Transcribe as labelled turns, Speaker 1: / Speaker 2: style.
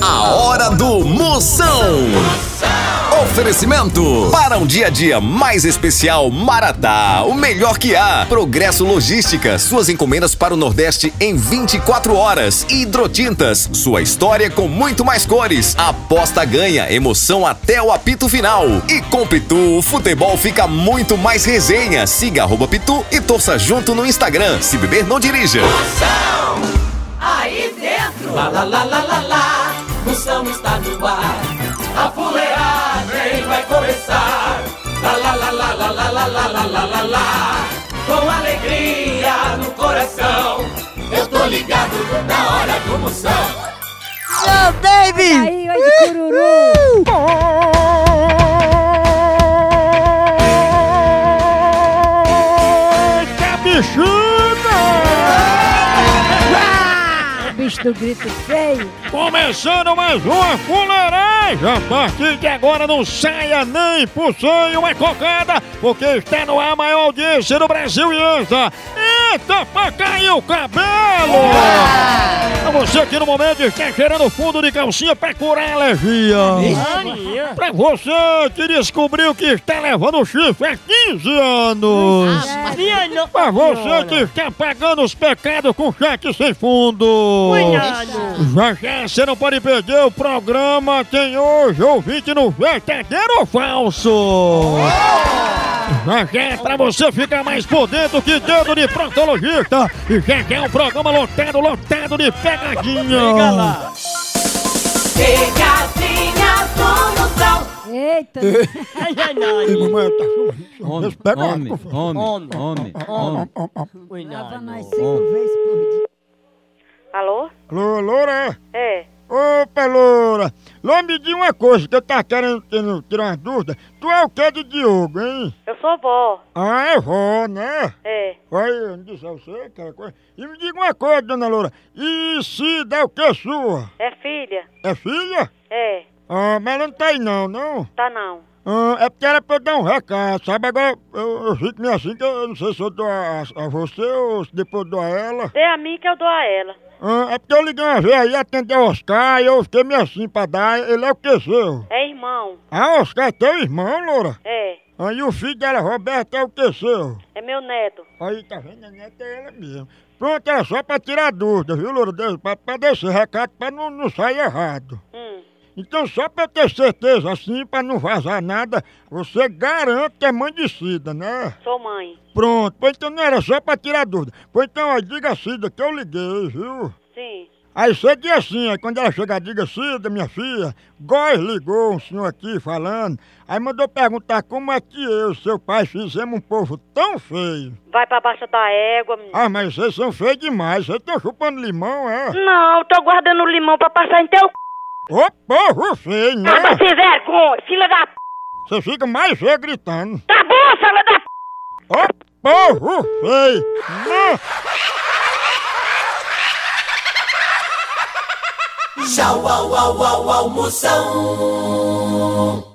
Speaker 1: A hora do Moção. Oferecimento para um dia a dia mais especial Maratá, o melhor que há. Progresso Logística, suas encomendas para o Nordeste em 24 horas. Hidrotintas, sua história com muito mais cores. Aposta ganha, emoção até o apito final. E com Pitu, o futebol fica muito mais resenha. Siga arroba Pitu e torça junto no Instagram. Se beber, não dirija.
Speaker 2: Aí dentro, lá lá lá lá lá lá, Moção está no ar. A fuleagem vai começar. Lá lá lá lá lá lá lá lá lá lá lá lá. Com alegria no coração, eu tô ligado na hora do Moção.
Speaker 3: Alô, baby!
Speaker 4: Aí, oi de cururu.
Speaker 5: Eita, bichuna!
Speaker 4: O bicho do grito feio.
Speaker 5: Começando mais uma fuleiragem! A partir de agora não saia nem por sonho uma cocada, porque está no ar a maior audiência do Brasil e anda. Eita, pra cair o cabelo! Pra você que no momento está cheirando fundo de calcinha pra curar a alergia. Pra você que descobriu que está levando chifre há 15 anos. Pra você que está pagando os pecados com cheque sem fundo. Já já, você não pode perder o programa. Tem hoje ouvinte no verdadeiro ou falso. Já já, pra você ficar mais por dentro que dedo de proctologista. E já já é um programa lotado, lotado de pegadinha.
Speaker 2: Pegadinha do Moção.
Speaker 4: Eita,
Speaker 5: Ei, mamãe, tá chovendo.
Speaker 6: Homem,
Speaker 5: Respeita,
Speaker 6: homem,
Speaker 5: por favor.
Speaker 6: homem, homem, homem.
Speaker 5: Ó, ó, ó.
Speaker 4: lava nós cinco vezes por dia.
Speaker 7: Alô?
Speaker 5: Alô, Loura?
Speaker 7: É.
Speaker 5: Opa, Loura. Loura, me diz uma coisa que eu tava querendo ter- tirar uma dúvida. Tu é o que de Diogo, hein?
Speaker 7: Eu sou vó.
Speaker 5: Ah, é vó, né?
Speaker 7: É.
Speaker 5: Olha, eu não disse a você aquela coisa. E me diga uma coisa, dona Loura. E se dá o que sua?
Speaker 7: É filha?
Speaker 5: É filha?
Speaker 7: É.
Speaker 5: Ah, mas ela não tá aí não, não?
Speaker 7: Tá não.
Speaker 5: Ah, é porque era pra eu dar um recado, sabe? Agora eu, eu fico meio assim que eu não sei se eu dou a, a você ou se depois eu dou a ela.
Speaker 7: Dê a mim que eu dou a ela.
Speaker 5: Ah, é porque eu liguei uma vez aí, atendeu o Oscar, e eu fiquei meio assim pra dar. Ele é o que seu?
Speaker 7: É irmão.
Speaker 5: Ah, Oscar é teu irmão, Loura?
Speaker 7: É.
Speaker 5: Aí o filho dela, Roberto, é o que seu?
Speaker 7: É meu neto.
Speaker 5: Aí tá vendo, a neta é ela mesmo. Pronto, era só pra tirar dúvida, viu, Loura? Deus, Pra, pra dar esse recado pra não, não sair errado.
Speaker 7: Hum.
Speaker 5: Então, só pra eu ter certeza, assim, pra não vazar nada, você garante que é mãe de Cida, né?
Speaker 7: Sou mãe.
Speaker 5: Pronto, pois então não era só pra tirar dúvida. Pois então, aí diga a Cida que eu liguei, viu?
Speaker 7: Sim.
Speaker 5: Aí você diz assim, aí quando ela chegar, diga, Cida, minha filha, Góis ligou um senhor aqui falando, aí mandou perguntar como é que eu e seu pai fizemos um povo tão feio.
Speaker 7: Vai pra baixo da égua, menino.
Speaker 5: Ah, mas vocês são feios demais, vocês estão chupando limão, é?
Speaker 7: Não, tô guardando o limão pra passar em teu c.
Speaker 5: Ô povo feio,
Speaker 7: Acaba
Speaker 5: né?
Speaker 7: sem vergonha, filha da p.
Speaker 5: Você fica mais feio gritando.
Speaker 7: Tá bom, filha da p.
Speaker 5: Ô povo feio! Né?
Speaker 2: Tchau, au, au, au, au, Moção.